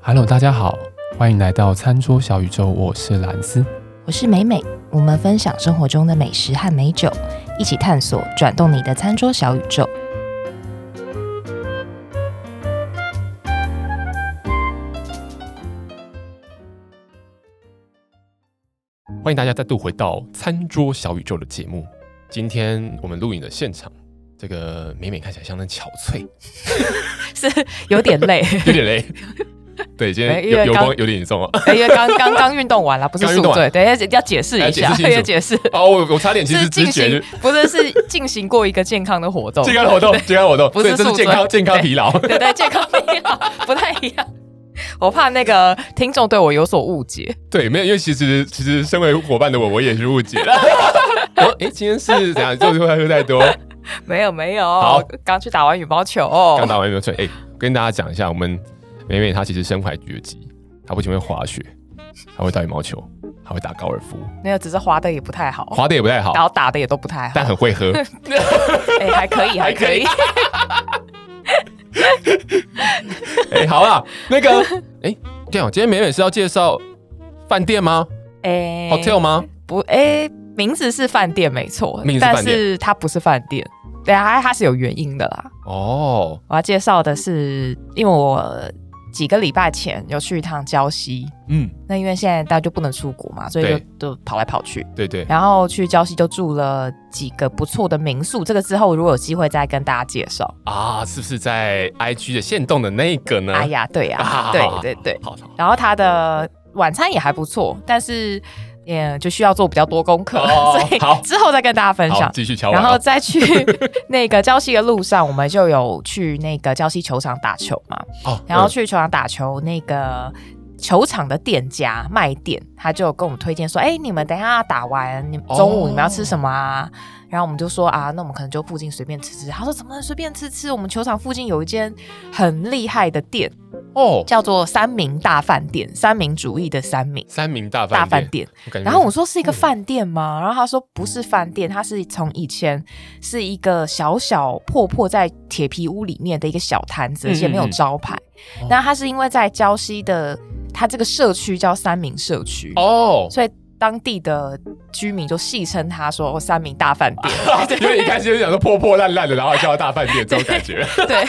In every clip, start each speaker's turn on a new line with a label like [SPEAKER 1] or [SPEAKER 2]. [SPEAKER 1] Hello，大家好，欢迎来到餐桌小宇宙，我是蓝斯。
[SPEAKER 2] 我是美美，我们分享生活中的美食和美酒，一起探索转动你的餐桌小宇宙。
[SPEAKER 1] 欢迎大家再度回到餐桌小宇宙的节目。今天我们录影的现场，这个美美看起来相当憔 悴，
[SPEAKER 2] 是有点累，
[SPEAKER 1] 有点累。对，今
[SPEAKER 2] 哎
[SPEAKER 1] 天
[SPEAKER 2] 因为
[SPEAKER 1] 油油
[SPEAKER 2] 刚
[SPEAKER 1] 光有点严重啊！
[SPEAKER 2] 因为刚刚刚运动完了，不是
[SPEAKER 1] 刚运
[SPEAKER 2] 宿
[SPEAKER 1] 动
[SPEAKER 2] 醉，
[SPEAKER 1] 完
[SPEAKER 2] 等一下要解释一下
[SPEAKER 1] 哎解释，清楚
[SPEAKER 2] 要解释，
[SPEAKER 1] 哦，我我差点其
[SPEAKER 2] 是
[SPEAKER 1] 实
[SPEAKER 2] 进
[SPEAKER 1] 直觉
[SPEAKER 2] 行
[SPEAKER 1] 就
[SPEAKER 2] 不是是进行过一个健康的活动，
[SPEAKER 1] 健康活动，健康活动，
[SPEAKER 2] 不
[SPEAKER 1] 所以
[SPEAKER 2] 是
[SPEAKER 1] 哦这是
[SPEAKER 2] 宿
[SPEAKER 1] 健
[SPEAKER 2] 醉
[SPEAKER 1] 康健康
[SPEAKER 2] 对
[SPEAKER 1] 疲劳。
[SPEAKER 2] 对对，健康不一样，不太一样。我怕那个听众对我有所误解，
[SPEAKER 1] 对，没有，因为其实其实身为伙伴的我，我也是误 解了。我说哎，今天是怎样？就是喝太多，
[SPEAKER 2] 没有没有，
[SPEAKER 1] 好
[SPEAKER 2] 刚去打完羽毛球，哦
[SPEAKER 1] 刚打完没有睡。哎，跟大家讲一下，我们美美她其实身怀绝技，她不仅会滑雪，还会打羽毛球，还会打高尔夫，
[SPEAKER 2] 没有，只是滑的也不太好，
[SPEAKER 1] 滑的也不太好，
[SPEAKER 2] 然后打的也都不太好
[SPEAKER 1] 但，很会喝。
[SPEAKER 2] 哎，还 可以，还可以。
[SPEAKER 1] 哎、好啦，那个， 哎、对哦，今天美美是要介绍饭店吗、
[SPEAKER 2] 哎
[SPEAKER 1] h o t e l 吗？
[SPEAKER 2] 不，诶，名字是饭店没错
[SPEAKER 1] 名，字是
[SPEAKER 2] 但
[SPEAKER 1] 饭店
[SPEAKER 2] 是它不是饭店。对啊，它它是有原因的啦。
[SPEAKER 1] 哦，
[SPEAKER 2] 我要介绍的是，因为我几个礼拜前有去一趟礁溪，
[SPEAKER 1] 嗯，
[SPEAKER 2] 那因为现在大家就不能出国嘛，所以
[SPEAKER 1] 对
[SPEAKER 2] 就就跑来跑去。
[SPEAKER 1] 对对，
[SPEAKER 2] 然后去礁溪就住了几个不错的民宿，这个之后如果有机会再跟大家介绍。
[SPEAKER 1] 啊，是不是在 IG 的限动的那一个呢？
[SPEAKER 2] 哎呀，对呀、
[SPEAKER 1] 啊，
[SPEAKER 2] 对对 对。
[SPEAKER 1] 好好。
[SPEAKER 2] 然后它的晚餐也还不错，但是也就需要做比较多功课，
[SPEAKER 1] 哦
[SPEAKER 2] 所以
[SPEAKER 1] 好
[SPEAKER 2] 之后再跟大家分享
[SPEAKER 1] 好，。继续瞧完
[SPEAKER 2] 然
[SPEAKER 1] 啊。
[SPEAKER 2] 后再去 那个礁溪的路上，我们就有去那个礁溪球场打球嘛。
[SPEAKER 1] 哦
[SPEAKER 2] 然后去球场打球，那个球场的店家卖店，他就跟我们推荐说：“哎、你们等一下打完，你们
[SPEAKER 1] 哦
[SPEAKER 2] 中午你们要吃什么啊？”然后我们就说：“啊，那我们可能就附近随便吃吃。”他说：“怎么能随便吃吃？我们球场附近有一间很厉害的店，
[SPEAKER 1] 嗯哦，
[SPEAKER 2] 叫做三明大饭店，三民主义的三明
[SPEAKER 1] 三明大饭
[SPEAKER 2] 大饭店。”
[SPEAKER 1] 我感觉
[SPEAKER 2] 然后我说是一个
[SPEAKER 1] 嗯
[SPEAKER 2] 饭店吗？然后他说不是饭店，它是从以前是一个小小破破在铁皮屋里面的一个小摊子，
[SPEAKER 1] 嗯
[SPEAKER 2] 而且没有
[SPEAKER 1] 嗯
[SPEAKER 2] 招牌
[SPEAKER 1] 哦。
[SPEAKER 2] 那、它是因为在礁溪的，它这个社区叫三明社区，
[SPEAKER 1] 哦，
[SPEAKER 2] 所以当地的居民就戏称它说、哦三明大饭 店。
[SPEAKER 1] 因为一开始就想说破破烂烂的，然后叫大饭店这种感 觉。
[SPEAKER 2] 对，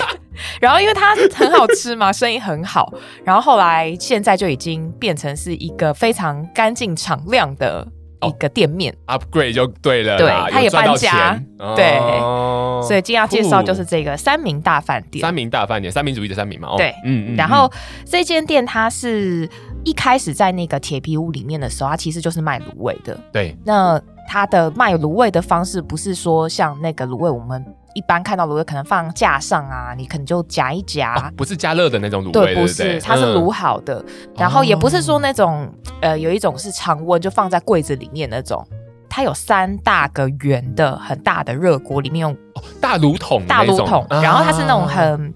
[SPEAKER 2] 然后因为它很好吃嘛，生意很好，然后后来现在就已经变成是一个非常干净敞亮的
[SPEAKER 1] 哦
[SPEAKER 2] 一个店面。
[SPEAKER 1] upgrade 就对了
[SPEAKER 2] 对
[SPEAKER 1] 啦，
[SPEAKER 2] 他也
[SPEAKER 1] 有赚到
[SPEAKER 2] 搬家
[SPEAKER 1] 钱，
[SPEAKER 2] 对
[SPEAKER 1] 哦
[SPEAKER 2] 所以今天要介绍
[SPEAKER 1] 酷
[SPEAKER 2] 就是这个三明大饭店。
[SPEAKER 1] 三民大饭店，三民主义的三民嘛，哦
[SPEAKER 2] 对
[SPEAKER 1] 嗯
[SPEAKER 2] 然后这间店它是一开始在那个铁皮屋里面的时候，它其实就是卖卤味的。
[SPEAKER 1] 对，
[SPEAKER 2] 那它的卖卤味的方式不是说像那个卤味我们一般看到卤味可能放架上啊，你可能就夹一夹
[SPEAKER 1] 哦。不是加热的那种卤味，
[SPEAKER 2] 啊
[SPEAKER 1] 对
[SPEAKER 2] 对，不
[SPEAKER 1] 对
[SPEAKER 2] 是，它是
[SPEAKER 1] 嗯
[SPEAKER 2] 卤好的，然后也不是说那种，呃，有一种是常温就放在柜子里面那种，它有三大个圆的很大的热锅，里面有
[SPEAKER 1] 大卤桶的
[SPEAKER 2] 大
[SPEAKER 1] 那种，
[SPEAKER 2] 炉桶，然后它是那种
[SPEAKER 1] 啊
[SPEAKER 2] 很。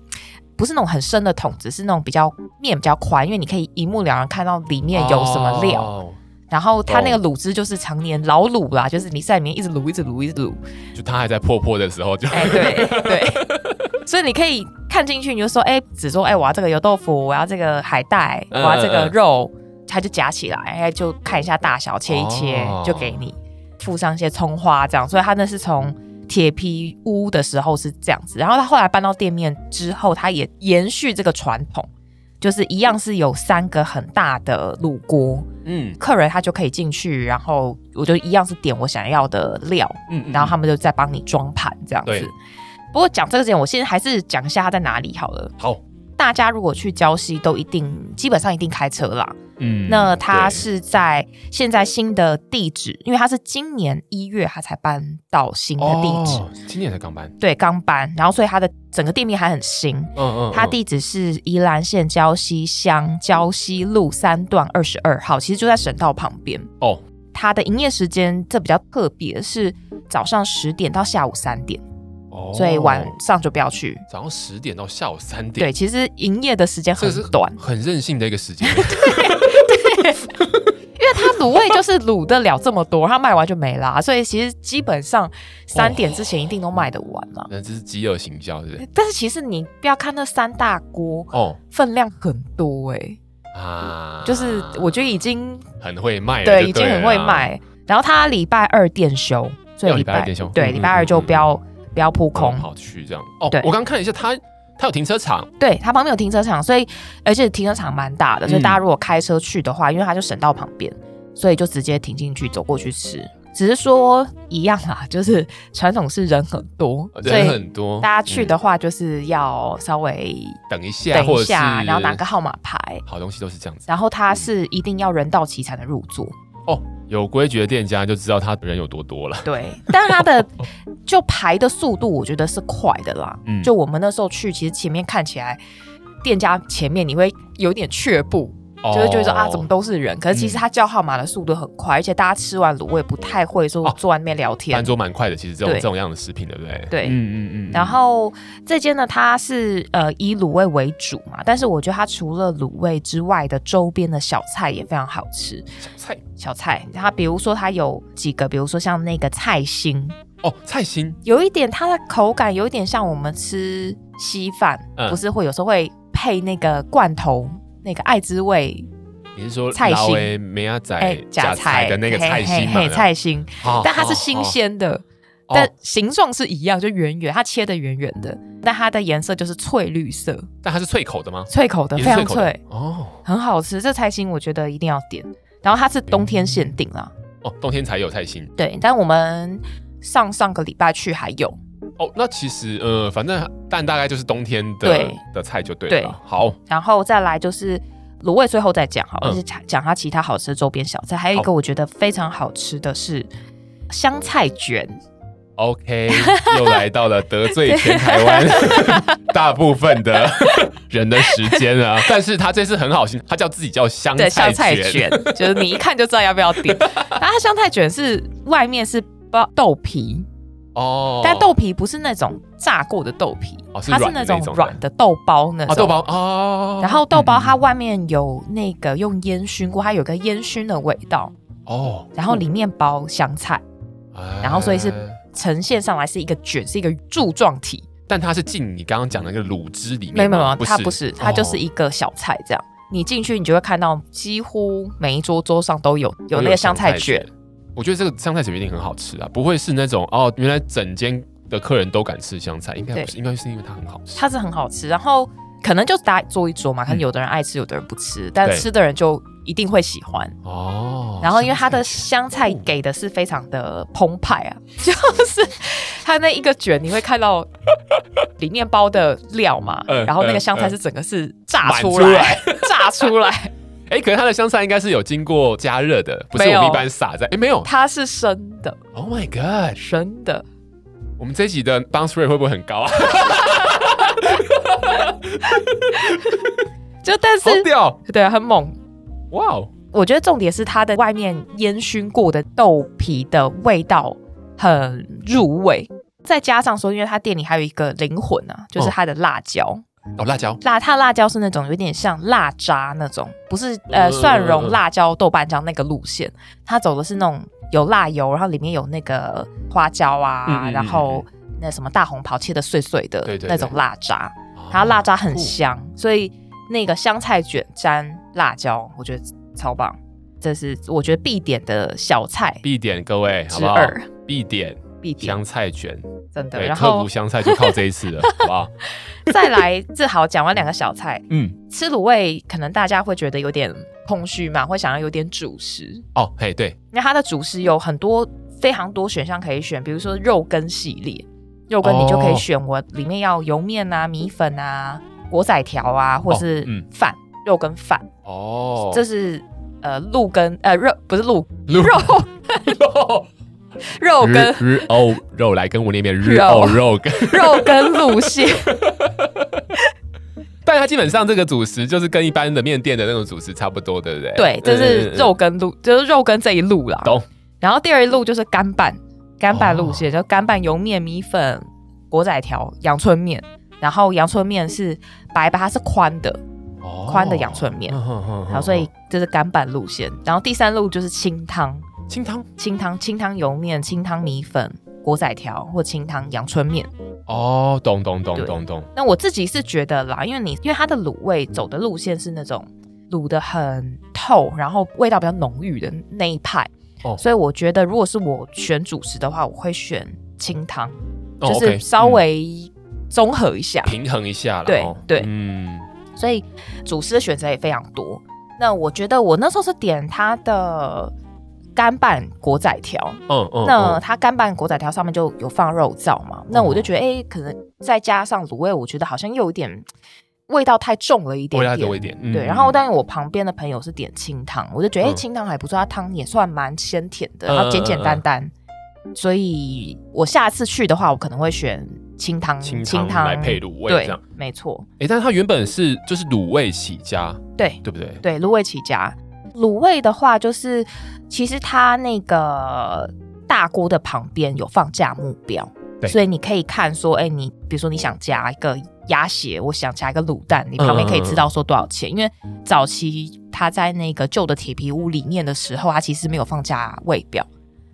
[SPEAKER 2] 不是那种很深的桶子，是那种比较面比较宽，因为你可以一目了然看到里面有什么料。
[SPEAKER 1] 哦
[SPEAKER 2] 然后它那个卤汁就是常年老卤啦，就是你在里面一直卤，一直卤，一直卤。
[SPEAKER 1] 就它还在破破的时候就
[SPEAKER 2] 哎，对对， 所以你可以看进去，你就说，哎，只说，哎，我要这个油豆腐，我要这个海带，我
[SPEAKER 1] 嗯
[SPEAKER 2] 要这个
[SPEAKER 1] 嗯嗯
[SPEAKER 2] 肉，它就夹起来，哎，就看一下大小，切一切、
[SPEAKER 1] 哦
[SPEAKER 2] 就给你，附上一些葱花这样。所以它那是从铁皮屋的时候是这样子，然后他后来搬到店面之后，他也延续这个传统。就是一样是有三个很大的卤锅，
[SPEAKER 1] 嗯
[SPEAKER 2] 客人他就可以进去，然后我就一样是点我想要的料，
[SPEAKER 1] 嗯嗯
[SPEAKER 2] 然后他们就在帮你装盘这样
[SPEAKER 1] 对
[SPEAKER 2] 子。不过讲这个之前，我先还是讲一下它在哪里好了。
[SPEAKER 1] 好，
[SPEAKER 2] 大家如果去礁溪，都一定基本上一定开车啦。
[SPEAKER 1] 嗯
[SPEAKER 2] 那它
[SPEAKER 1] 对
[SPEAKER 2] 是在现在新的地址，因为它是今年一月它才搬到新的地址，
[SPEAKER 1] 哦今年才刚搬，
[SPEAKER 2] 对，刚搬，然后所以它的整个店面还很新。
[SPEAKER 1] 嗯嗯，
[SPEAKER 2] 它
[SPEAKER 1] 嗯
[SPEAKER 2] 地址是宜兰县礁溪乡礁溪路三段二十二号，其实就在省道旁边。
[SPEAKER 1] 哦
[SPEAKER 2] 它的营业时间这比较特别，是早上十点到下午三点。
[SPEAKER 1] 哦
[SPEAKER 2] 所以晚上就不要去。
[SPEAKER 1] 早上十点到下午三点，
[SPEAKER 2] 对，其实营业的时间
[SPEAKER 1] 这
[SPEAKER 2] 很
[SPEAKER 1] 个是
[SPEAKER 2] 短，
[SPEAKER 1] 很任性的一个 时间，
[SPEAKER 2] 因为它卤味就是卤得了这么多，它卖完就没啦，所以其实基本上三点之前一定都卖得完啦。
[SPEAKER 1] 那这是饥饿行销，对不对？
[SPEAKER 2] 但是其实你不要看那三大锅
[SPEAKER 1] 哦，
[SPEAKER 2] 分量很多哎、
[SPEAKER 1] 啊，
[SPEAKER 2] 就是我觉得已经
[SPEAKER 1] 很会卖了哎就对，
[SPEAKER 2] 对，
[SPEAKER 1] 啊
[SPEAKER 2] 已经很会。卖。然后他礼拜二店休，所以
[SPEAKER 1] 要礼拜二店休
[SPEAKER 2] 对，
[SPEAKER 1] 嗯
[SPEAKER 2] 礼拜二就
[SPEAKER 1] 嗯
[SPEAKER 2] 不要不要扑
[SPEAKER 1] 空
[SPEAKER 2] 空。
[SPEAKER 1] 跑去这样哦
[SPEAKER 2] 对，
[SPEAKER 1] 我刚看了一下，它它有停车场，
[SPEAKER 2] 对，它旁边有停车场，所以而且停车场蛮大的，所
[SPEAKER 1] 嗯
[SPEAKER 2] 以大家如果开车去的话，因为它就省道旁边，所以就直接停进去走过去吃。只是说一样啦，就是传统是人很多，所
[SPEAKER 1] 哦人
[SPEAKER 2] 以
[SPEAKER 1] 很多，
[SPEAKER 2] 大家去
[SPEAKER 1] 嗯
[SPEAKER 2] 的话就是要稍微
[SPEAKER 1] 等一下，
[SPEAKER 2] 等
[SPEAKER 1] 或
[SPEAKER 2] 一
[SPEAKER 1] 者是嗯
[SPEAKER 2] 下，然后拿个号码牌，
[SPEAKER 1] 好东西都是这样子
[SPEAKER 2] 然后它是一定要人到齐才能入座。
[SPEAKER 1] 哦。有规矩的店家就知道他人有多多了，
[SPEAKER 2] 对，但是 它的就排的速度，我觉得是快的啦。
[SPEAKER 1] 嗯
[SPEAKER 2] 就我们那时候去，其实前面看起来店家前面你会有点却步， 就会觉得说、啊，怎么
[SPEAKER 1] 都
[SPEAKER 2] 都是人。可是其
[SPEAKER 1] 嗯
[SPEAKER 2] 实他叫号码的速度很快，而且大家吃完卤味不太会说
[SPEAKER 1] 哦
[SPEAKER 2] 坐在那边聊天。
[SPEAKER 1] 搬桌蛮快的。其实这种
[SPEAKER 2] 对
[SPEAKER 1] 这种样的食品，对不对？
[SPEAKER 2] 对
[SPEAKER 1] 嗯嗯嗯。
[SPEAKER 2] 然后这间呢，它是呃以卤味为主嘛，但是我觉得它除了卤味之外的周边的小菜也非常好吃。
[SPEAKER 1] 小菜
[SPEAKER 2] 小菜，它比如说它有几个，比如说像那个菜心，
[SPEAKER 1] 哦，菜心
[SPEAKER 2] 有一点它的口感有一点像我们吃稀饭，
[SPEAKER 1] 嗯
[SPEAKER 2] 不是会有时候会配那个罐头那个爱滋味
[SPEAKER 1] 你是说
[SPEAKER 2] 菜心
[SPEAKER 1] 诶梅亚仔
[SPEAKER 2] 哎
[SPEAKER 1] 假
[SPEAKER 2] 菜
[SPEAKER 1] 的那个菜心
[SPEAKER 2] 嘿
[SPEAKER 1] 嘛
[SPEAKER 2] 嘿？嘿菜心，
[SPEAKER 1] 哦，
[SPEAKER 2] 但它是
[SPEAKER 1] 哦
[SPEAKER 2] 新
[SPEAKER 1] 哦
[SPEAKER 2] 鲜的，
[SPEAKER 1] 哦
[SPEAKER 2] 但形状是一样，就圆圆，它切的圆圆的，但它的颜色就是翠绿色，
[SPEAKER 1] 但它是脆口的吗？
[SPEAKER 2] 脆口的，
[SPEAKER 1] 也
[SPEAKER 2] 呃非
[SPEAKER 1] 是
[SPEAKER 2] 常
[SPEAKER 1] 脆口的
[SPEAKER 2] 脆，
[SPEAKER 1] 哦
[SPEAKER 2] 很好吃。这菜心我觉得一定要点，然后它是冬天限定啦，
[SPEAKER 1] 哦，冬天才有菜心
[SPEAKER 2] 对，但我们上上个礼拜去还有，
[SPEAKER 1] 哦。那其实呃，反正但大概就是冬天的
[SPEAKER 2] 对
[SPEAKER 1] 的菜就对了
[SPEAKER 2] 对
[SPEAKER 1] 啦。好，
[SPEAKER 2] 然后再来就是卤味，最后再讲好了，
[SPEAKER 1] 嗯
[SPEAKER 2] 就是讲讲它其他好吃的周边小菜。还有一个我觉得非常好吃的是香菜卷，
[SPEAKER 1] OK，又 来到了得罪全台湾 大部分的人的时间 啊！但是他这次很好心，他叫自己叫香
[SPEAKER 2] 对，
[SPEAKER 1] 菜
[SPEAKER 2] 香菜卷， 就是你一看就知道要不要点。然后它香菜卷是外面是包豆皮，
[SPEAKER 1] 哦。
[SPEAKER 2] 但豆皮不是那种炸过的豆皮，
[SPEAKER 1] 哦是
[SPEAKER 2] 它是
[SPEAKER 1] 软的那
[SPEAKER 2] 那种
[SPEAKER 1] 种
[SPEAKER 2] 软的豆包那
[SPEAKER 1] 啊
[SPEAKER 2] 种。
[SPEAKER 1] 豆包哦，
[SPEAKER 2] 然后豆包它外面有那个用烟熏过，它有个烟熏的味道，
[SPEAKER 1] 哦，
[SPEAKER 2] 然后里面包香菜，
[SPEAKER 1] 哎
[SPEAKER 2] 然后所以是呈现上来是一个卷，是一个柱状体。
[SPEAKER 1] 但它是进你刚刚讲的那个卤汁里面吗，
[SPEAKER 2] 没有没有，没有它不是，它就是
[SPEAKER 1] 哦
[SPEAKER 2] 一个小菜这样。你进去，你就会看到几乎每一桌桌上都有有
[SPEAKER 1] 都
[SPEAKER 2] 那个香菜卷。。
[SPEAKER 1] 我觉得这个香菜卷一定很好吃啊，不会是那种哦，原来整间的客人都敢吃香菜，应该不是，应该是因为它很好吃。
[SPEAKER 2] 它是很好吃。然后可能就大家坐一桌嘛，可能
[SPEAKER 1] 嗯
[SPEAKER 2] 有的人爱吃，有的人不吃，但
[SPEAKER 1] 对
[SPEAKER 2] 吃的人就一定会喜欢。
[SPEAKER 1] 哦，
[SPEAKER 2] 然后因为它的
[SPEAKER 1] 香
[SPEAKER 2] 香菜给的是非常的澎湃啊， 就是它那一个卷，你会看到里面包的料嘛，
[SPEAKER 1] 嗯
[SPEAKER 2] 然后那个
[SPEAKER 1] 嗯
[SPEAKER 2] 香菜
[SPEAKER 1] 嗯
[SPEAKER 2] 是整个是炸
[SPEAKER 1] 满
[SPEAKER 2] 出
[SPEAKER 1] 出
[SPEAKER 2] 来，炸 出来，
[SPEAKER 1] 菜卷，哎，可是它的香菜应该是有经过加热的，不是
[SPEAKER 2] 没有
[SPEAKER 1] 我们一般撒在，哎，没有
[SPEAKER 2] 它是生的，
[SPEAKER 1] ，Oh my God，
[SPEAKER 2] 生的。
[SPEAKER 1] 我们这一集的 bounce rate 会不会很高啊？
[SPEAKER 2] 就但
[SPEAKER 1] 好
[SPEAKER 2] 是
[SPEAKER 1] 屌！
[SPEAKER 2] 对，啊很猛。
[SPEAKER 1] 哇哦，
[SPEAKER 2] 我觉得重点是它的外面烟熏过的豆皮的味道很入味，再加上说，因为它店里还有一个灵魂啊，就是它的辣椒，
[SPEAKER 1] 哦，辣椒
[SPEAKER 2] 辣它的辣椒是那种有点像辣渣那种，不是呃
[SPEAKER 1] 嗯
[SPEAKER 2] 蒜蓉、辣椒、豆瓣酱那个路线，它走的是那种有辣油，然后里面有那个花椒啊，
[SPEAKER 1] 嗯嗯嗯嗯
[SPEAKER 2] 然后那什么大红袍切的碎碎的
[SPEAKER 1] 对对对哦
[SPEAKER 2] 那种辣渣，然后辣
[SPEAKER 1] 椒
[SPEAKER 2] 渣很香，所以那个香菜卷沾辣椒，我觉得超棒。这是我觉得必点的小菜
[SPEAKER 1] 必点，各位好
[SPEAKER 2] 之
[SPEAKER 1] 不好？
[SPEAKER 2] 二，
[SPEAKER 1] 必点
[SPEAKER 2] 必点
[SPEAKER 1] 香菜卷，
[SPEAKER 2] 真的。
[SPEAKER 1] 对，
[SPEAKER 2] 然
[SPEAKER 1] 克
[SPEAKER 2] 后
[SPEAKER 1] 服香 菜就靠这一次了，好不好？
[SPEAKER 2] 再来，志豪讲完两个小菜，
[SPEAKER 1] 嗯，
[SPEAKER 2] 吃卤味可能大家会觉得有点空虚嘛，会想要有点主食。
[SPEAKER 1] 哦，嘿，对，
[SPEAKER 2] 那它的主食有很多非常多选项可以选，比如说肉羹系列，肉羹你就可以选我里面要油面啊、米粉啊、果仔条啊，或是
[SPEAKER 1] 嗯
[SPEAKER 2] 饭、肉羹饭，
[SPEAKER 1] 哦，
[SPEAKER 2] 这是呃鹿羹呃肉不是鹿
[SPEAKER 1] 肉
[SPEAKER 2] 肉
[SPEAKER 1] 肉
[SPEAKER 2] 肉 羹
[SPEAKER 1] 日日欧肉来跟我那边日欧肉跟，
[SPEAKER 2] 肉羹路线，
[SPEAKER 1] 但它基本上这个主食就是跟一般的面店的那种主食差不多，对不对？
[SPEAKER 2] 对，这
[SPEAKER 1] 嗯嗯
[SPEAKER 2] 是
[SPEAKER 1] 嗯
[SPEAKER 2] 肉羹路，就是肉羹这一路啦。
[SPEAKER 1] 懂。哦
[SPEAKER 2] 然后第二路就是干拌，干拌路线，就干拌油面、米粉、果仔条、阳春面。然后阳春面是白吧，它是宽的，
[SPEAKER 1] 哦
[SPEAKER 2] 宽的阳春面。
[SPEAKER 1] 嗯哼哼哼
[SPEAKER 2] 然后所以这是干拌路线。然后第三路就是清汤，
[SPEAKER 1] 清汤
[SPEAKER 2] 清汤清汤油面、清汤米粉、果仔条或清汤阳春面。
[SPEAKER 1] 哦，懂懂懂
[SPEAKER 2] 对
[SPEAKER 1] 懂懂，
[SPEAKER 2] 那我自己是觉得啦，因为你因为它的卤味走的路线是那种卤的很透，然后味道比较浓郁的那一派。
[SPEAKER 1] 哦
[SPEAKER 2] 所以我觉得，如果是我选主食的话，我会选清汤，
[SPEAKER 1] 哦
[SPEAKER 2] 就是
[SPEAKER 1] OK，
[SPEAKER 2] 稍
[SPEAKER 1] 嗯
[SPEAKER 2] 微综合一下。
[SPEAKER 1] 平衡一下了。
[SPEAKER 2] 对
[SPEAKER 1] 哦
[SPEAKER 2] 对
[SPEAKER 1] 嗯，
[SPEAKER 2] 所以主食的选择也非常多。那我觉得我那时候是点它的干拌果仔条，
[SPEAKER 1] 嗯嗯，
[SPEAKER 2] 那
[SPEAKER 1] 嗯
[SPEAKER 2] 它干拌果仔条上面就有放肉燥嘛，那我就觉得，哎、可能再加上卤味，我觉得好像又有点味道太重了一点
[SPEAKER 1] 我要多一
[SPEAKER 2] 点。
[SPEAKER 1] 点。嗯
[SPEAKER 2] 对，然后但是我旁边的朋友是点清汤，我就觉得哎、
[SPEAKER 1] 嗯
[SPEAKER 2] 清汤还不错，它汤也算蛮鲜甜的，
[SPEAKER 1] 嗯
[SPEAKER 2] 然后简简单单，所以我下次去的话，我可能会选清汤，
[SPEAKER 1] 清汤来配卤味这
[SPEAKER 2] 对
[SPEAKER 1] 样。，
[SPEAKER 2] 没错，
[SPEAKER 1] 哎，但是它原本是就是卤味起家，
[SPEAKER 2] 对，
[SPEAKER 1] 对不对？
[SPEAKER 2] 对，芦苇起家。卤味的话，就是其实它那个大锅的旁边有放价目表，
[SPEAKER 1] 对
[SPEAKER 2] 所以你可以看说，哎、你比如说你想加一个鸭血，我想加一个卤蛋，你旁边可以
[SPEAKER 1] 嗯
[SPEAKER 2] 知道说多少钱。因为早期它在那个旧的铁皮屋里面的时候，它其实没有放价位表，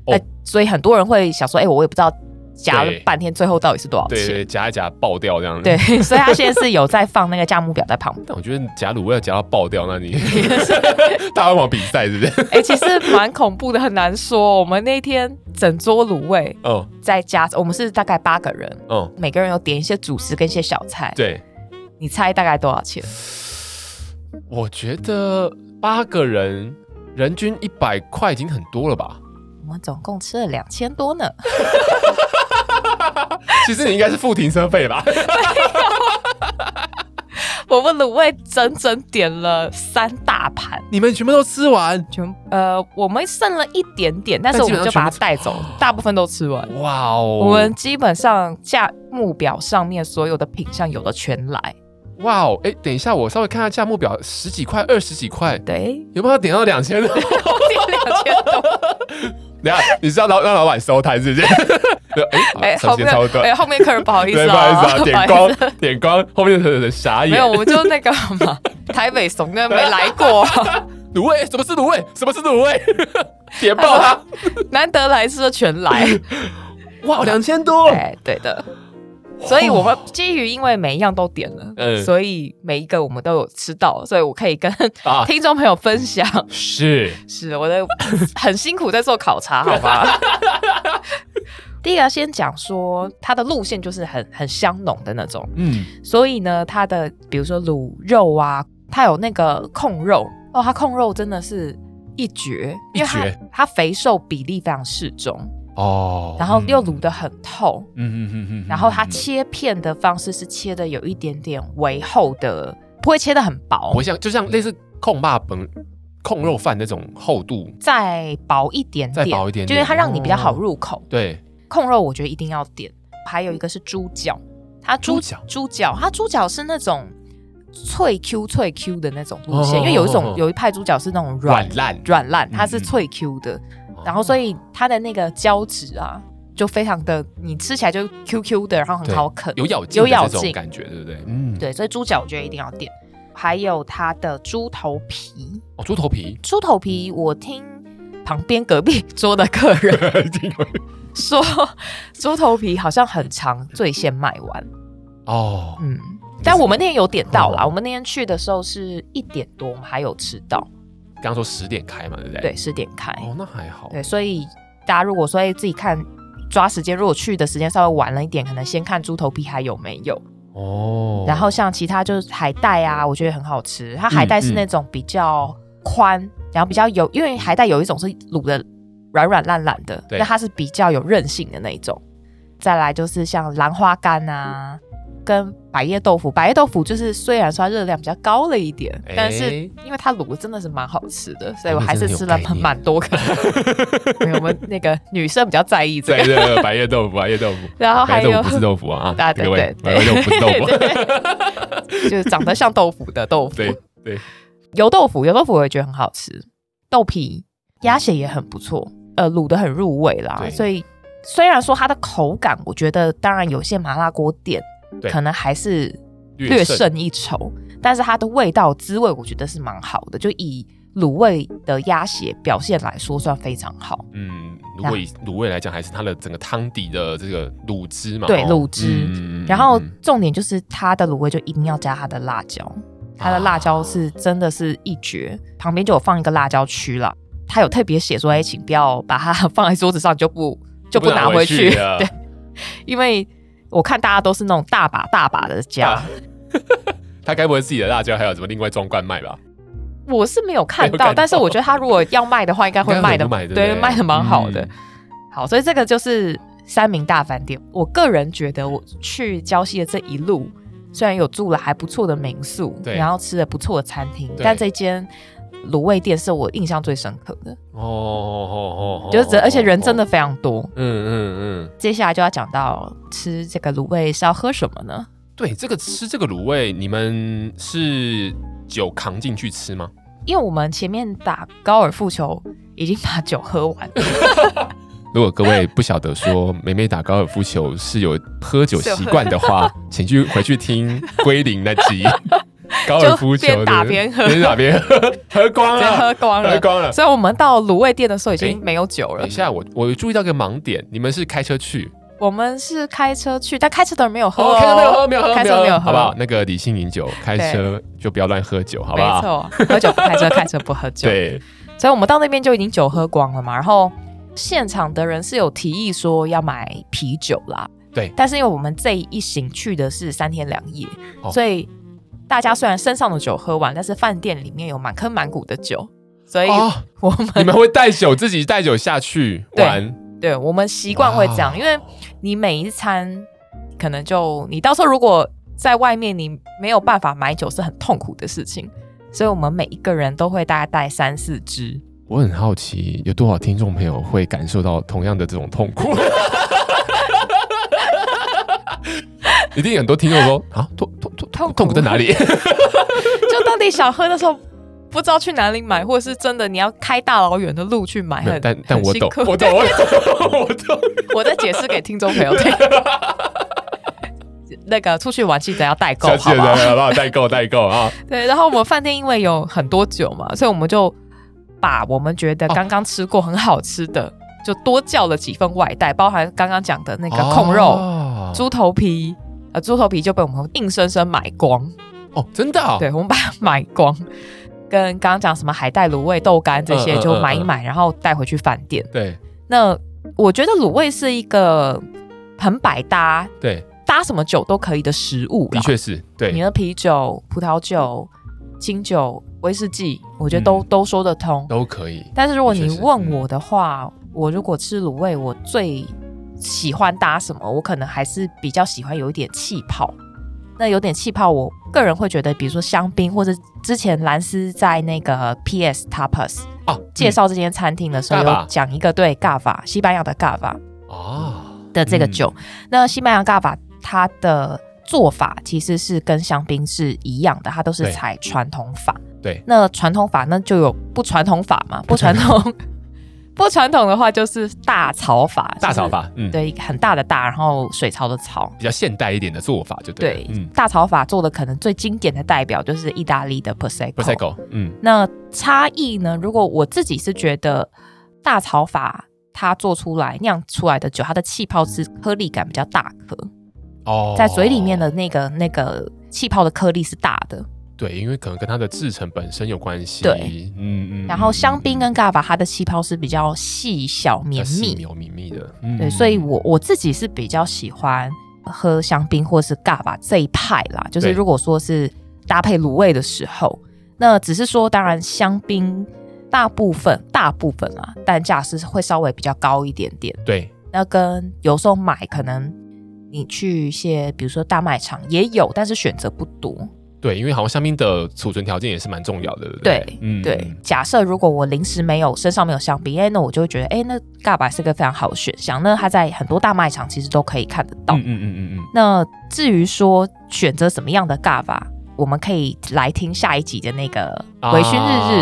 [SPEAKER 1] 哦
[SPEAKER 2] 呃所以很多人会想说，哎、我也不知道夹了
[SPEAKER 1] 对
[SPEAKER 2] 半天，最后到底是多少
[SPEAKER 1] 对
[SPEAKER 2] 钱。
[SPEAKER 1] 对，夹一夹爆掉这样。
[SPEAKER 2] 对，， 所以它现在是有在放那个价目表在旁边。
[SPEAKER 1] 但我觉得夹卤味要夹到爆掉， 那你 大胃王比赛是不是？
[SPEAKER 2] 哎、其实蛮恐怖的，很难说。我们那天整桌卤味
[SPEAKER 1] 哦
[SPEAKER 2] 再加，我们是大概八个人，
[SPEAKER 1] 哦，
[SPEAKER 2] 每个人有点一些主食跟一些小菜。
[SPEAKER 1] 对，
[SPEAKER 2] 你猜大概多少钱？
[SPEAKER 1] 我觉得八个人人均一百块已经很多了 吧？
[SPEAKER 2] 我们总共吃了两千多呢。
[SPEAKER 1] 其实你应该是付停车费吧？
[SPEAKER 2] 我们卤味整整点了三大盘，
[SPEAKER 1] 你们全部都吃完，
[SPEAKER 2] 全呃，我们剩了一点点，但是
[SPEAKER 1] 但
[SPEAKER 2] 我
[SPEAKER 1] 基本上
[SPEAKER 2] 们就把它带走，大部分都吃完。
[SPEAKER 1] 哇哦！
[SPEAKER 2] 我们基本上价目表上面所有的品相有的全来，
[SPEAKER 1] 哇哦，哎，等一下，我稍微看下价目表，十几块、二十几块，
[SPEAKER 2] 对，
[SPEAKER 1] 有没有点到两 千？等
[SPEAKER 2] 点两千多。
[SPEAKER 1] 一下，你是要老让老板收摊是 不是？哎，
[SPEAKER 2] 哎、
[SPEAKER 1] 好时间
[SPEAKER 2] 后面
[SPEAKER 1] 差不多
[SPEAKER 2] 哎、。后面客人不好意思
[SPEAKER 1] 对，
[SPEAKER 2] 啊，
[SPEAKER 1] 不好意思啊，
[SPEAKER 2] 不好
[SPEAKER 1] 点
[SPEAKER 2] 意思
[SPEAKER 1] 光点光，后面的人傻
[SPEAKER 2] 没
[SPEAKER 1] 眼
[SPEAKER 2] 有，。我们就那个 嘛，台北怂的没来过，
[SPEAKER 1] 卤味，什么是卤味？什么是卤 味？点爆他！
[SPEAKER 2] 难得来吃的全来，
[SPEAKER 1] 哇，两千多！
[SPEAKER 2] 哎，对的。所以我们基于因为每一样都点了，
[SPEAKER 1] 嗯
[SPEAKER 2] 所以每一个我们都有吃到，所以我可以跟
[SPEAKER 1] 啊
[SPEAKER 2] 听众朋友分享，
[SPEAKER 1] 是
[SPEAKER 2] 是我的很辛苦在做考察，好 吧？第一个要先讲说它的路线就是很很香浓的那种，
[SPEAKER 1] 嗯，
[SPEAKER 2] 所以呢，它的比如说卤肉啊，它有那个控肉哦，它控肉真的是一绝，因为它
[SPEAKER 1] 一绝
[SPEAKER 2] 它肥瘦比例非常适中，
[SPEAKER 1] 哦
[SPEAKER 2] 然后又卤得很透，
[SPEAKER 1] 嗯嗯嗯嗯
[SPEAKER 2] 然后它切片的方式是切的有一点点微厚的，不会切的很薄
[SPEAKER 1] 我，像就像类似控霸本控肉饭那种厚度，
[SPEAKER 2] 再薄一点
[SPEAKER 1] 再
[SPEAKER 2] 点，
[SPEAKER 1] 薄一点点哦
[SPEAKER 2] 就是它让你比较好入口。
[SPEAKER 1] 对，
[SPEAKER 2] 控肉我觉得一定要点，还有一个是猪脚，它
[SPEAKER 1] 猪
[SPEAKER 2] 猪
[SPEAKER 1] 脚
[SPEAKER 2] 猪脚，它猪脚是那种脆 Q 脆 Q 的那种路线，
[SPEAKER 1] 哦
[SPEAKER 2] 因为有一
[SPEAKER 1] 哦哦
[SPEAKER 2] 种有一派猪脚是那种软
[SPEAKER 1] 软烂，
[SPEAKER 2] 软烂，它是
[SPEAKER 1] 嗯嗯哦
[SPEAKER 2] 脆 Q 的，然后所
[SPEAKER 1] 以
[SPEAKER 2] 以它的那个胶质啊，就非常的，你吃起来就 Q Q 的，然后很
[SPEAKER 1] 对
[SPEAKER 2] 好啃，
[SPEAKER 1] 有咬劲
[SPEAKER 2] 有
[SPEAKER 1] 的
[SPEAKER 2] 咬
[SPEAKER 1] 这种
[SPEAKER 2] 劲，
[SPEAKER 1] 感觉，对不对？嗯，
[SPEAKER 2] 对，所以猪脚我觉得一定要点，还有它的猪头皮，
[SPEAKER 1] 哦，猪头 皮
[SPEAKER 2] 猪头皮我听旁边隔壁桌的客人
[SPEAKER 1] 一定会
[SPEAKER 2] 说， 猪头皮好像很长，最先卖完，
[SPEAKER 1] 哦，
[SPEAKER 2] 嗯，但我们那天有点到啦，
[SPEAKER 1] 哦
[SPEAKER 2] 我们那天去的时候是一点多，我们还有吃到，
[SPEAKER 1] 刚刚说十点开嘛，对不对？
[SPEAKER 2] 对，十点开，
[SPEAKER 1] 哦，那还好，
[SPEAKER 2] 对，所以大家如果说哎自己看抓时间，如果去的时间稍微晚了一点，可能先看猪头皮还有没有。
[SPEAKER 1] 哦，
[SPEAKER 2] 然后像其他就是海带啊，我觉得很好吃。它海带是那种比较宽，然后比较有，因为海带有一种是卤的软软烂烂的，
[SPEAKER 1] 对
[SPEAKER 2] 那它是比较有韧性的那一种。再来就是像兰花干啊，跟百叶豆腐。百叶豆腐就是虽然说它热量比较高了一点，
[SPEAKER 1] 哎
[SPEAKER 2] 但是因为它卤的真的是蛮好吃的，所以我
[SPEAKER 1] 哎那
[SPEAKER 2] 还是
[SPEAKER 1] 真的有
[SPEAKER 2] 吃了
[SPEAKER 1] 概念
[SPEAKER 2] 蛮 多个。因为我们那个女生比较在意这
[SPEAKER 1] 对
[SPEAKER 2] 个，
[SPEAKER 1] 对对，白叶豆腐，白叶豆腐，
[SPEAKER 2] 然后
[SPEAKER 1] 白
[SPEAKER 2] 还
[SPEAKER 1] 叶豆
[SPEAKER 2] 有
[SPEAKER 1] 腐不是豆腐啊，
[SPEAKER 2] 啊对
[SPEAKER 1] 各位，
[SPEAKER 2] 对
[SPEAKER 1] 白叶豆腐不是豆腐，啊
[SPEAKER 2] 就是长得像豆腐的豆腐。
[SPEAKER 1] 对对，
[SPEAKER 2] 油豆腐，油豆腐我也觉得很好吃，豆皮鸭血也很不错，呃，卤的很入味啦
[SPEAKER 1] 对。
[SPEAKER 2] 所以虽然说它的口感，我觉得当然有些麻辣锅店
[SPEAKER 1] 对
[SPEAKER 2] 可能还是略胜一筹，但是它的味道滋味，我觉得是蛮好的，就以。卤味的鸭血表现来说算非常好，
[SPEAKER 1] 嗯，如果以卤味来讲，还是它的整个汤底的这个卤汁嘛，
[SPEAKER 2] 对
[SPEAKER 1] 哦
[SPEAKER 2] 卤汁
[SPEAKER 1] 嗯
[SPEAKER 2] 然后重点就是它的卤味就一定要加它的辣椒，它的辣椒是真的是一绝，旁边就有放一个辣椒区了。它有特别写说，哎，请不要把它放在桌子上，就 不就不拿回去，
[SPEAKER 1] 了
[SPEAKER 2] 对，因为我看大家都是那种大把大把的加，
[SPEAKER 1] 啊他该不会自己的辣椒还有什么另外装罐卖吧？
[SPEAKER 2] 我是没有看
[SPEAKER 1] 没有看
[SPEAKER 2] 到，
[SPEAKER 1] 到
[SPEAKER 2] 但是我觉得他如果要卖的话，应该会卖的
[SPEAKER 1] 应该很多卖对不
[SPEAKER 2] 对，
[SPEAKER 1] 对
[SPEAKER 2] 卖的蛮好的。
[SPEAKER 1] 嗯
[SPEAKER 2] 好，所以这个就是三明大饭店。我个人觉得，我去礁溪的这一路，虽然有住了还不错的民宿，
[SPEAKER 1] 对
[SPEAKER 2] 然后吃了不错的餐厅，
[SPEAKER 1] 对
[SPEAKER 2] 但这间卤味店是我印象最深刻的，
[SPEAKER 1] 哦哦哦哦，
[SPEAKER 2] 就是人而且人真的
[SPEAKER 1] 哦，
[SPEAKER 2] 非常多。
[SPEAKER 1] 嗯嗯嗯，
[SPEAKER 2] 接下来就要讲到吃这个卤味是要喝什么呢？
[SPEAKER 1] 对，这个吃这个卤味，你们是酒扛进去吃吗？
[SPEAKER 2] 因为我们前面打高尔夫球已经把酒喝完了，
[SPEAKER 1] 如果各位不晓得说梅梅打高尔夫球是有喝酒习惯的话，请去回去听归零那 集高尔夫球的，
[SPEAKER 2] 就边打边喝
[SPEAKER 1] 边打边喝，喝光
[SPEAKER 2] 直接
[SPEAKER 1] 了，
[SPEAKER 2] 喝光了
[SPEAKER 1] 喝。光了。哎
[SPEAKER 2] 所以我们到卤味店的时候已
[SPEAKER 1] 诶
[SPEAKER 2] 经没有酒了。
[SPEAKER 1] 等一下，我我注意到一个盲点，你们是开车去，
[SPEAKER 2] 我们是开车去，但开车的人没有喝、
[SPEAKER 1] 哦，开车没有喝，没有喝，
[SPEAKER 2] 开车没有喝，
[SPEAKER 1] 好不好？？那个理性饮酒，开车就不要乱喝酒，好不
[SPEAKER 2] 没
[SPEAKER 1] 好？
[SPEAKER 2] 错，喝酒不开车，开车不喝酒。，
[SPEAKER 1] 对，
[SPEAKER 2] 所以我们到那边就已经酒喝光了嘛。然后现场的人是有提议说要买啤酒啦，
[SPEAKER 1] 对
[SPEAKER 2] 但是因为我们这一行去的是三天两夜，
[SPEAKER 1] 哦
[SPEAKER 2] 所以大家虽然身上的酒喝完，但是饭店里面有满坑满谷的酒，所以
[SPEAKER 1] 哦，
[SPEAKER 2] 我们、
[SPEAKER 1] 你们会带酒，自己带酒下去
[SPEAKER 2] 对
[SPEAKER 1] 玩，
[SPEAKER 2] 对我们习惯会这样，
[SPEAKER 1] 哇
[SPEAKER 2] 因为你每一餐可能就你到时候如果在外面你没有办法买酒是很痛苦的事情，所以我们每一个人都会大概带三四支。
[SPEAKER 1] 我很好奇，有多少听众朋友会感受到同样的这种痛苦？ 一定很多听众说 啊，痛痛痛
[SPEAKER 2] 痛
[SPEAKER 1] 痛
[SPEAKER 2] 苦
[SPEAKER 1] 痛苦在 哪里？
[SPEAKER 2] 就到底想喝的时候不知道去哪里买，或者是真的你要开大老远的路去买，
[SPEAKER 1] 没有
[SPEAKER 2] 很
[SPEAKER 1] 但但
[SPEAKER 2] 很
[SPEAKER 1] 我
[SPEAKER 2] 辛
[SPEAKER 1] 懂，
[SPEAKER 2] 苦
[SPEAKER 1] 我懂，我懂，我懂。
[SPEAKER 2] 我在解释给听众朋友听。 那个出去玩记得要代购，
[SPEAKER 1] 小
[SPEAKER 2] 好
[SPEAKER 1] 姐，
[SPEAKER 2] 不好？
[SPEAKER 1] 来，好不好？代购，代购啊！
[SPEAKER 2] 对，然后我们饭店因为有很多酒嘛，所以我们就把我们觉得刚刚吃过很好吃的，就多叫了几份外带，包含刚刚讲的那个控肉、
[SPEAKER 1] 哦
[SPEAKER 2] 猪头皮，呃，猪头皮就被我们硬生生买光，
[SPEAKER 1] 哦，真的哦，
[SPEAKER 2] 对，我们把它买光。跟刚刚讲什么海带卤味、豆干这
[SPEAKER 1] 嗯
[SPEAKER 2] 些
[SPEAKER 1] 嗯
[SPEAKER 2] 就买一买，然后带回去饭店。
[SPEAKER 1] 对
[SPEAKER 2] 那我觉得卤味是一个很百搭，
[SPEAKER 1] 对，
[SPEAKER 2] 搭什么酒都可以的食物
[SPEAKER 1] 的
[SPEAKER 2] 啦。
[SPEAKER 1] 确是
[SPEAKER 2] 你
[SPEAKER 1] 对。
[SPEAKER 2] 的啤酒、葡萄酒、清酒、威士忌，我觉得都、
[SPEAKER 1] 嗯
[SPEAKER 2] 都说得通。
[SPEAKER 1] 都可以，
[SPEAKER 2] 但是如果你
[SPEAKER 1] 的确是
[SPEAKER 2] 问我的话，我如果吃卤味，我最喜欢搭什么？我可能还是比较喜欢有一点气泡。那有点气泡，我个人会觉得，比如说香槟，或者之前兰斯在那个 PS Tapas
[SPEAKER 1] 啊，
[SPEAKER 2] 介绍这间餐厅的时
[SPEAKER 1] 嗯
[SPEAKER 2] 候，有
[SPEAKER 1] Gava
[SPEAKER 2] 讲一个对 g a v a 西班牙的 g a v a
[SPEAKER 1] 嗯啊，
[SPEAKER 2] 的这个酒。那西班牙 GABA 它的做法其实是跟香槟是一样的，它都是
[SPEAKER 1] 对
[SPEAKER 2] 采传统法。
[SPEAKER 1] 对
[SPEAKER 2] 那传统法那就有不传统法 嘛，不传统 不传统的话就是大草法，
[SPEAKER 1] 大草
[SPEAKER 2] 就是
[SPEAKER 1] 法，嗯，
[SPEAKER 2] 对，很大的大，然后水槽的槽。
[SPEAKER 1] 比较现代一点的做法就对
[SPEAKER 2] 对
[SPEAKER 1] 了，，嗯
[SPEAKER 2] 大草法做的可能最经典的代表就是意大利的 Prosecco。
[SPEAKER 1] 不赛狗，嗯，
[SPEAKER 2] 那差异呢？如果我自己是觉得大草法它做出来酿出来的酒，它的气泡是颗粒感比较大颗，
[SPEAKER 1] 哦，
[SPEAKER 2] 在嘴里面的那个那个气泡的颗粒是大的，
[SPEAKER 1] 对，因为可能跟它的制成本身有关系。
[SPEAKER 2] 对，
[SPEAKER 1] 嗯
[SPEAKER 2] 然后香槟跟 GABA 它的气泡是比较细小绵密，
[SPEAKER 1] 有绵密的，嗯
[SPEAKER 2] 对，所以我我自己是比较喜欢喝香槟或是 GABA 这一派啦，就是
[SPEAKER 1] 对
[SPEAKER 2] 如果说是搭配卤味的时候，那只是说当然香槟大部分大部分啦，单价是会稍微比较高一点点。
[SPEAKER 1] 对
[SPEAKER 2] 那跟有时候买可能你去一些比如说大卖场也有，但是选择不多。
[SPEAKER 1] 对，因为好像香槟的储存条件也是蛮重要的，对不
[SPEAKER 2] 对，
[SPEAKER 1] 嗯
[SPEAKER 2] 对。假设如果我临时没有身上没有香槟，哎，那我就会觉得，哎，那尬白是个非常好的选项。那它在很多大卖场其实都可以看得到。
[SPEAKER 1] 嗯嗯嗯嗯嗯，
[SPEAKER 2] 那至于说选择什么样的尬法，我们可以来听下一集的那个
[SPEAKER 1] 啊
[SPEAKER 2] 微醺日日，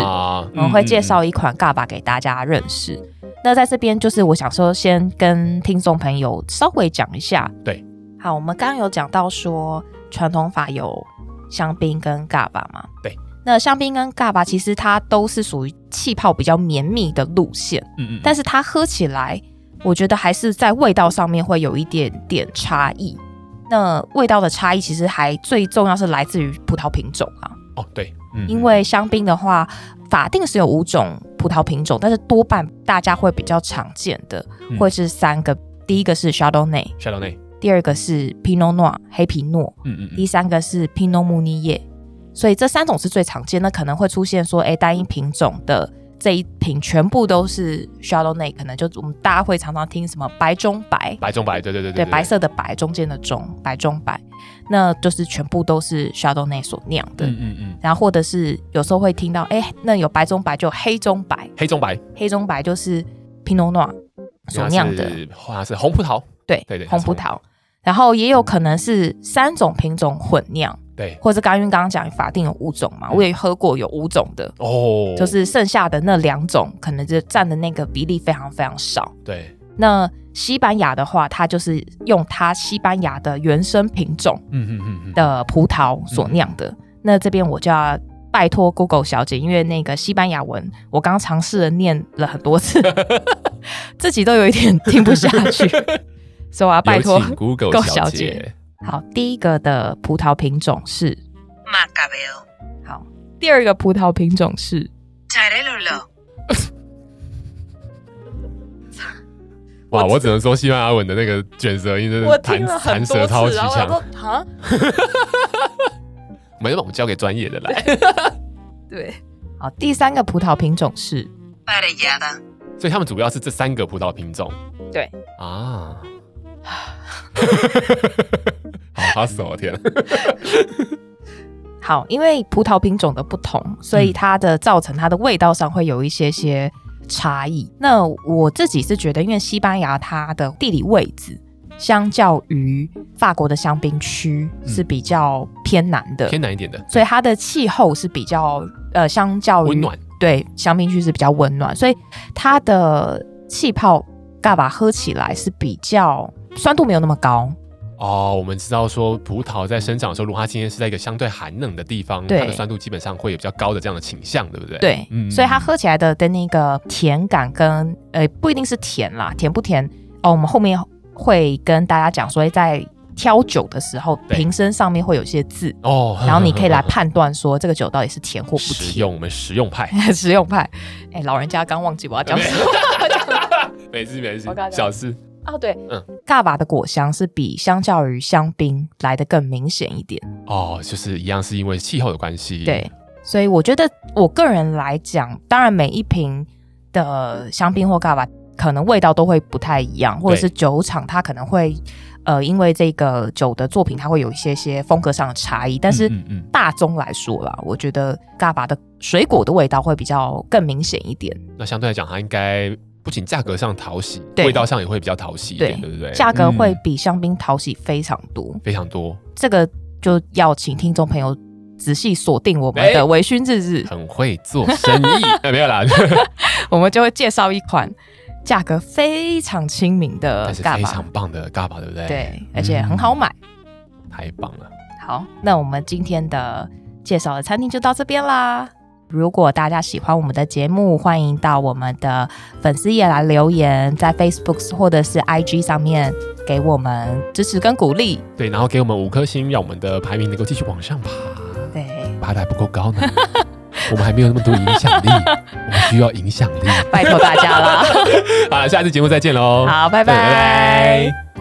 [SPEAKER 2] 我们会
[SPEAKER 1] 嗯嗯
[SPEAKER 2] 介。
[SPEAKER 1] 嗯
[SPEAKER 2] 绍一款尬吧给大家认识。
[SPEAKER 1] 嗯
[SPEAKER 2] 那在这边，就是我想说，先跟听众朋友稍微讲一下。
[SPEAKER 1] 对，
[SPEAKER 2] 好，我们刚刚有讲到说传统法有香槟跟尬吧嘛？
[SPEAKER 1] 对。
[SPEAKER 2] 那香槟跟尬吧其实它都是属于气泡比较绵密的路线，
[SPEAKER 1] 嗯嗯，
[SPEAKER 2] 但
[SPEAKER 1] 是
[SPEAKER 2] 是它喝起来，我觉得还是在味道上面会有一点点差异。那味道的差异其实还最重要是来自于葡萄品种啊。
[SPEAKER 1] 哦，对，嗯
[SPEAKER 2] 因为香槟的话，法定是有五种葡萄品种，但是多半大家会比较常见的
[SPEAKER 1] 嗯
[SPEAKER 2] 会是三个，第一个是 Chardonnay，
[SPEAKER 1] Shadow 内，
[SPEAKER 2] 第二个是 Pinot Noir 黑皮诺，
[SPEAKER 1] 嗯嗯嗯
[SPEAKER 2] 第三个是 Pinot Meunier。所以这三种是最常见，那可能会出现说，哎，单一品种的这一瓶全部都是 Chardonnay，可能就我们大家会常常听什么白中白，
[SPEAKER 1] 白中白，对对对
[SPEAKER 2] 对，白色的白中间的中白中白，那就是全部都是 Chardonnay 所酿的。
[SPEAKER 1] 嗯嗯嗯，
[SPEAKER 2] 然后或者是有时候会听到，哎，那有白中白就有黑中白，
[SPEAKER 1] 黑中白
[SPEAKER 2] 黑中白就是 Pinot Noir 所酿的，
[SPEAKER 1] 是哇是红葡萄，
[SPEAKER 2] 对
[SPEAKER 1] 对对
[SPEAKER 2] 红葡萄。然后也有可能是三种品种混酿，
[SPEAKER 1] 对
[SPEAKER 2] 或者刚因为刚刚讲法定有五种嘛，
[SPEAKER 1] 嗯
[SPEAKER 2] 我也喝过有五种的，
[SPEAKER 1] 哦，
[SPEAKER 2] 就是剩下的那两种可能就占的那个比例非常非常少。
[SPEAKER 1] 对，
[SPEAKER 2] 那西班牙的话，它就是用它西班牙的原生品种
[SPEAKER 1] 嗯嗯嗯嗯，
[SPEAKER 2] 的葡萄所酿的。那这边我就要拜托 Google 小姐，因为那个西班牙文我刚尝试了念了很 多次，自己都有一点听不下去，所以我要拜托
[SPEAKER 1] 有。请 Google
[SPEAKER 2] Go
[SPEAKER 1] 小
[SPEAKER 2] 小
[SPEAKER 1] 姐
[SPEAKER 2] 姐，好，第一个的葡萄品种是，
[SPEAKER 3] Macabeo,
[SPEAKER 2] 好，第二个葡萄品种是，
[SPEAKER 3] Tarelolo,
[SPEAKER 1] 哇，我只能说西班牙文的那个卷舌音真的
[SPEAKER 2] 我
[SPEAKER 1] 是弹
[SPEAKER 2] 听了很
[SPEAKER 1] 弹
[SPEAKER 2] 多
[SPEAKER 1] 舌超
[SPEAKER 2] 次，
[SPEAKER 1] 级
[SPEAKER 2] 然后我
[SPEAKER 1] 强
[SPEAKER 2] 想说，啊，
[SPEAKER 1] 没办法，我们交给专业的来。
[SPEAKER 2] 对，好，第三个葡萄品种是，
[SPEAKER 3] Parellada,
[SPEAKER 1] 所以他们主要是这三个葡萄品种
[SPEAKER 2] 对，
[SPEAKER 1] 啊。好哈死我天！
[SPEAKER 2] 嗯好，因为葡萄品种的不同，所
[SPEAKER 1] 嗯
[SPEAKER 2] 以它的造成它的味道上会有一些些差异。那我自己是觉得，因为西班牙它的地理位置相较于法国的香槟区是比较偏南的，
[SPEAKER 1] 嗯偏难一点的，
[SPEAKER 2] 所以它的气候是比较呃，相较于
[SPEAKER 1] 温暖，
[SPEAKER 2] 对香槟区是比较温暖，所以它的气泡嘎巴喝起来是比较酸度没有那么高，
[SPEAKER 1] 哦，我们知道说葡萄在生长的时候，如果它今天是在一个相对寒冷的地方，
[SPEAKER 2] 对
[SPEAKER 1] 它的酸度基本上会有比较高的这样的倾向，对不对？
[SPEAKER 2] 对，
[SPEAKER 1] 嗯
[SPEAKER 2] 所以它喝起来的的那个甜感跟呃不一定是甜啦，甜不甜哦，我们后面会跟大家讲说，在挑酒的时候，
[SPEAKER 1] 对
[SPEAKER 2] 瓶身上面会有一些字，
[SPEAKER 1] 哦，
[SPEAKER 2] 然后你可以来判断说这个酒到底是甜或 不
[SPEAKER 1] 实
[SPEAKER 2] 甜。
[SPEAKER 1] 用，我们实用派。
[SPEAKER 2] 实用派， 哎、老人家刚忘记我要讲什 么
[SPEAKER 1] 没事没事
[SPEAKER 2] 我刚，刚
[SPEAKER 1] 小事。
[SPEAKER 2] 哦，对，
[SPEAKER 1] 嗯
[SPEAKER 2] 嗯，嘎巴的果香是比相较于香槟来的更明显一点，
[SPEAKER 1] 哦，就是一样是因为气候的关系。
[SPEAKER 2] 对，所以我觉得我个人来讲，当然每一瓶的呃香槟或干嘛，可能味道都会不太一样，或者
[SPEAKER 1] 对
[SPEAKER 2] 是酒厂它可能会呃，因为这个酒的作品，它会有一些些风格上的差异，但是
[SPEAKER 1] 嗯嗯
[SPEAKER 2] 大宗来说啦，我觉得嘎巴的水果的味道会比较更明显一点，
[SPEAKER 1] 那相对来讲，它应该不仅价格上讨喜，
[SPEAKER 2] 对
[SPEAKER 1] 味道上也会比较讨喜一点，
[SPEAKER 2] 对
[SPEAKER 1] 对不对？
[SPEAKER 2] 价格会
[SPEAKER 1] 嗯
[SPEAKER 2] 比香槟讨喜非常多，
[SPEAKER 1] 非常多，
[SPEAKER 2] 这个就要请听众朋友仔细锁定我们
[SPEAKER 1] 哎
[SPEAKER 2] 的微醺日日。
[SPEAKER 1] 很会做生 意。哎没有啦，
[SPEAKER 2] 呃我们就会介绍一款价格非常亲民的
[SPEAKER 1] 但是
[SPEAKER 2] 干
[SPEAKER 1] 非
[SPEAKER 2] 嘛？
[SPEAKER 1] 常棒的嘎巴，对不对？
[SPEAKER 2] 对
[SPEAKER 1] 嗯，
[SPEAKER 2] 而且很好买。
[SPEAKER 1] 太棒了。
[SPEAKER 2] 好，那我们今天的介绍的餐厅就到这边啦。如果大家喜欢我们的节目，欢迎到我们的粉丝页来留言，在 Facebook 或者是 IG 上面给我们支持跟鼓励。
[SPEAKER 1] 对，然后给我们五颗星，让我们的排名能够继续往上爬。
[SPEAKER 2] 对，
[SPEAKER 1] 爬的还不够高 呢，我们还没有那么多影响力，我们需要影响力。
[SPEAKER 2] 拜托大家啦。
[SPEAKER 1] 好了，下次节目再见喽。
[SPEAKER 2] 好，拜
[SPEAKER 1] 对
[SPEAKER 2] 拜。
[SPEAKER 1] 拜拜